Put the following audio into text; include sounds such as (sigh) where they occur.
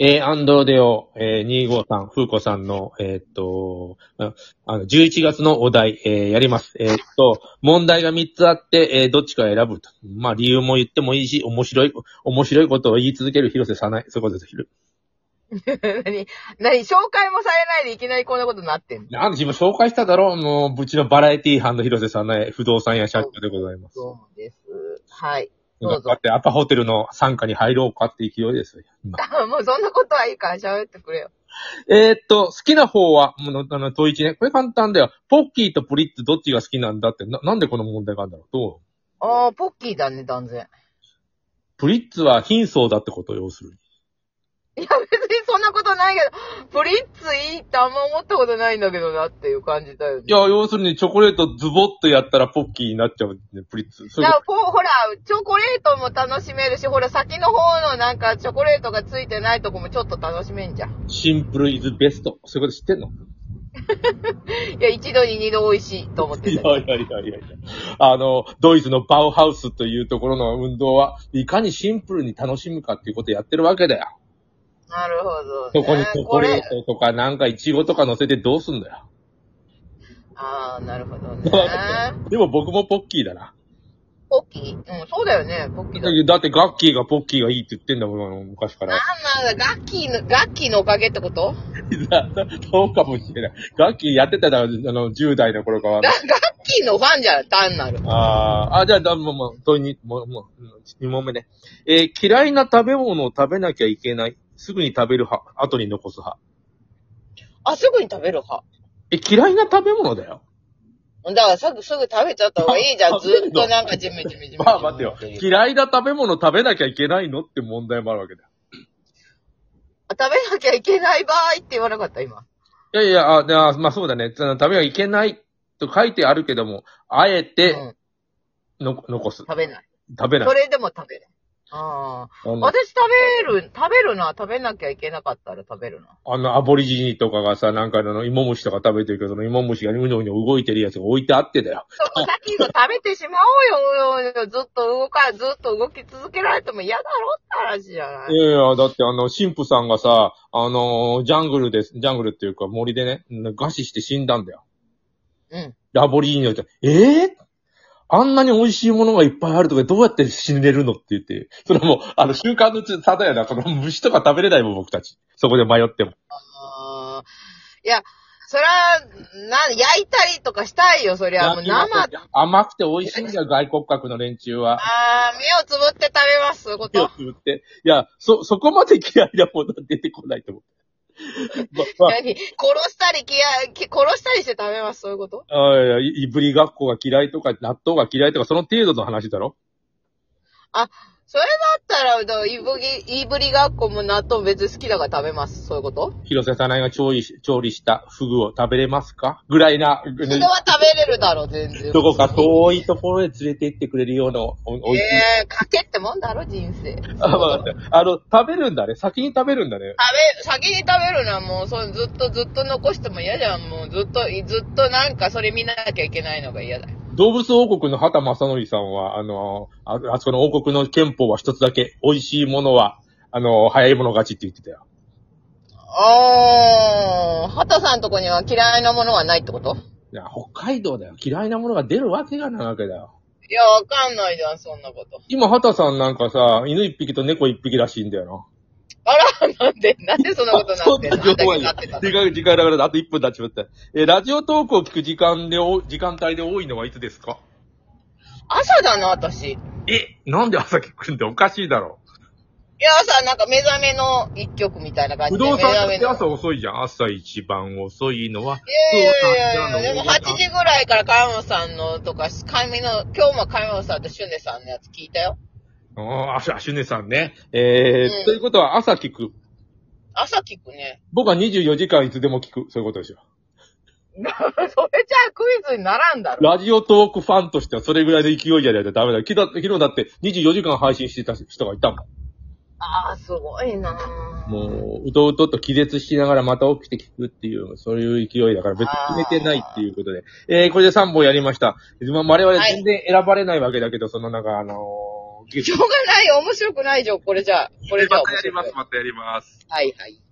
えー、アンドレオ、えー、25さん、風子さんの、えーっと、ああの、11月のお題、えーやります。えーっと、問題が3つあって、えーどっちか選ぶと。まあ、理由も言ってもいいし、面白い、面白いことを言い続ける広瀬さない。そういうことです。ひろ (laughs) 何何紹介もされないでいきなりこんなことになってんのなんで自分紹介しただろうもう、うちのバラエティ班の広瀬さない、不動産屋社長でございます。そうです。はい。 (laughs) どだうぞって、アパホテルの傘下に入ろうかって勢いですよ。今もうそんなことはいいから喋ってくれよ。えーっと、好きな方は、もうあの、統一ね。これ簡単だよ。ポッキーとプリッツどっちが好きなんだって、な、なんでこの問題があるんだろうと。ああ、ポッキーだね、断然。プリッツは貧相だってことを要するに。いや、別にそんなことないけど、プリッツいいってあんま思ったことないんだけどなっていう感じだよね。いや、要するにチョコレートズボッとやったらポッキーになっちゃうね、プリッツ。そいういうやこ、こう、ほら、チョコレートも楽しめるし、ほら、先の方のなんか、チョコレートがついてないとこもちょっと楽しめんじゃん。とシンプルイズベスト。そういうこと知ってんのいや、一度に二度美味しいと思っいてやたい。やいやいやいや。 (laughs) あの、ドイツのバウハウスというところの運動は、いかにシンプルに楽しむかっていうことをやってるわけだよ。なるほど、ね。そこにチョコこレーれ。トとかなんかイチゴとか乗せてどうすんだよ。ああ、なるほどね。 (laughs) でも僕もポッキーだな。ポッキーうん、そうだよね、ポッキーだ。 (laughs) だってガッキーがポッキーがいいって言ってんだもん、昔から。 (laughs) あんなんだ、ガッキーの、ガッキーのおかげってこと (laughs) そうかもしれない。ガッキーやってたら、あの、10代の頃から。ガガッキーのファンじゃん、単なる。ああー、あ、じゃあ、だもう、もう、問いに、もう、もう、2問目ね。えー嫌いな食べ物を食べなきゃいけない。すぐに食べる派、後に残す派。あ、すぐに食べる派。え、嫌いな食べ物だよ。だからさ、すぐ食べちゃった方がいい (laughs) じゃん。あずっとなんかジメジメジメ。まあ、待ってよ。嫌いな食べ物食べなきゃいけないのって問題もあるわけだよ。食べなきゃいけない場合って言わなかった、今。いやいや、あ、であまあそうだね。その食べなきゃいけないと書いてあるけども、あえうてん、の、残す。食べない。食べないそ。れでも食べない。あああ。の私食べる、食べるな。食べなきゃいけなかったら食べるな。あの、アボリジニとかがさ、なんかあの、芋虫とか食べてるけど、その芋虫がうのうに動いてるやつが置いてあってだよ。そこ先の食べてしまおうようよ。ずっと動か、ずっと動き続けられても嫌だろって話じゃないい。やいや、だってあの、神父さんがさ、あのー、ジャングルです、ジャングルっていうか森でね、餓死して死んだんだよ。うん。アボリジニだって、ええあんなに美味しいものがいっぱいあるとか、どうやって死ねるのって言って。それはもう、あの、習慣のつただやな、その虫とか食べれないもん、僕たち。そこで迷っても。あーいや、そりゃ、な、焼いたりとかしたいよ、そりゃ。もう生、甘くて美味しいんだよ、外国格の連中は。あー目をつぶって食べます、そういうこ手をと。振って。いや、そ、そこまで嫌いなものは出てこないと思う。ま、ま何殺したり、きや、き殺したりして食べます、そういうことああ、いや、いいぶりがっこが嫌いとか、納豆が嫌いとか、その程度の話だろそれだったら、だいぶぎ、いぶりがっこも納豆別に好きだから食べます、そういうこと広瀬さないが調理し、調理したフグを食べれますかぐらいな、それは食べれるだろう、全然。どこか遠いところへ連れて行ってくれるような、お、おいしい。ええー、かけってもんだろ、人生。食べ、あ、わかった。あの、食べるんだね。先に食べるんだね。先に食べるのはもう、そう、ずっとずっと残しても嫌じゃん、もう、ずっと、いずっとなんかそれ見なきゃいけないのが嫌だよ。動物王国の畑正則さんは、あの、ああそこの王国の憲法は一つだけ、美味しいものは、あの、早いもの勝ちって言ってたよ。あー、畑さんとこには嫌いなものはないってこといや、北海道だよ。嫌いなものが出るわけがないわけだよ。いや、わかんないじゃん、そんなこと。今、畑さんなんかさ、犬一匹と猫一匹らしいんだよあら、 (laughs) なんで、なんでそんなな。ことなってんの (laughs) そんな情報はあんいいだけなって時間、時間だからあと1分経っちまった。えーラジオトークを聞く時間でお、時間帯で多いのはいつですかた朝だな、私。いえ、なんで朝聞くんだおかしいだろ。や、朝、なんか目覚めの一曲みたいな感じ不で。動産だっ目て覚朝め遅いじゃん。朝一番遅いのは、いやいやいやいや、でも不動産8時ぐらいからカイモさんのとか、カイミの、今日もカイモさんとシュネさんのやつ聞いたよ。あーあ、シュネさんね。えーうんということは朝聞く。朝聞くね。僕は24時間いつでも聞く。そういうことでしょ。 (laughs) それじゃあクイズにならんだろ。ラジオトークファンとしてはそれぐらいの勢いじゃないとダメだよ。昨日、昨日だって24時間配信してた人がいたもああ、すごいなぁん。もう、うとうとと気絶しながらまた起きて聞くっていう、そういう勢いだから別に決めてないっていうことで。えー、これで3本やりました。ま我々全然選ばれないわけだけど、そのなんかあのもう、しょうがないよ。面白くないじゃん、これじゃあ。これじゃあまたやります、またやります。はいはい。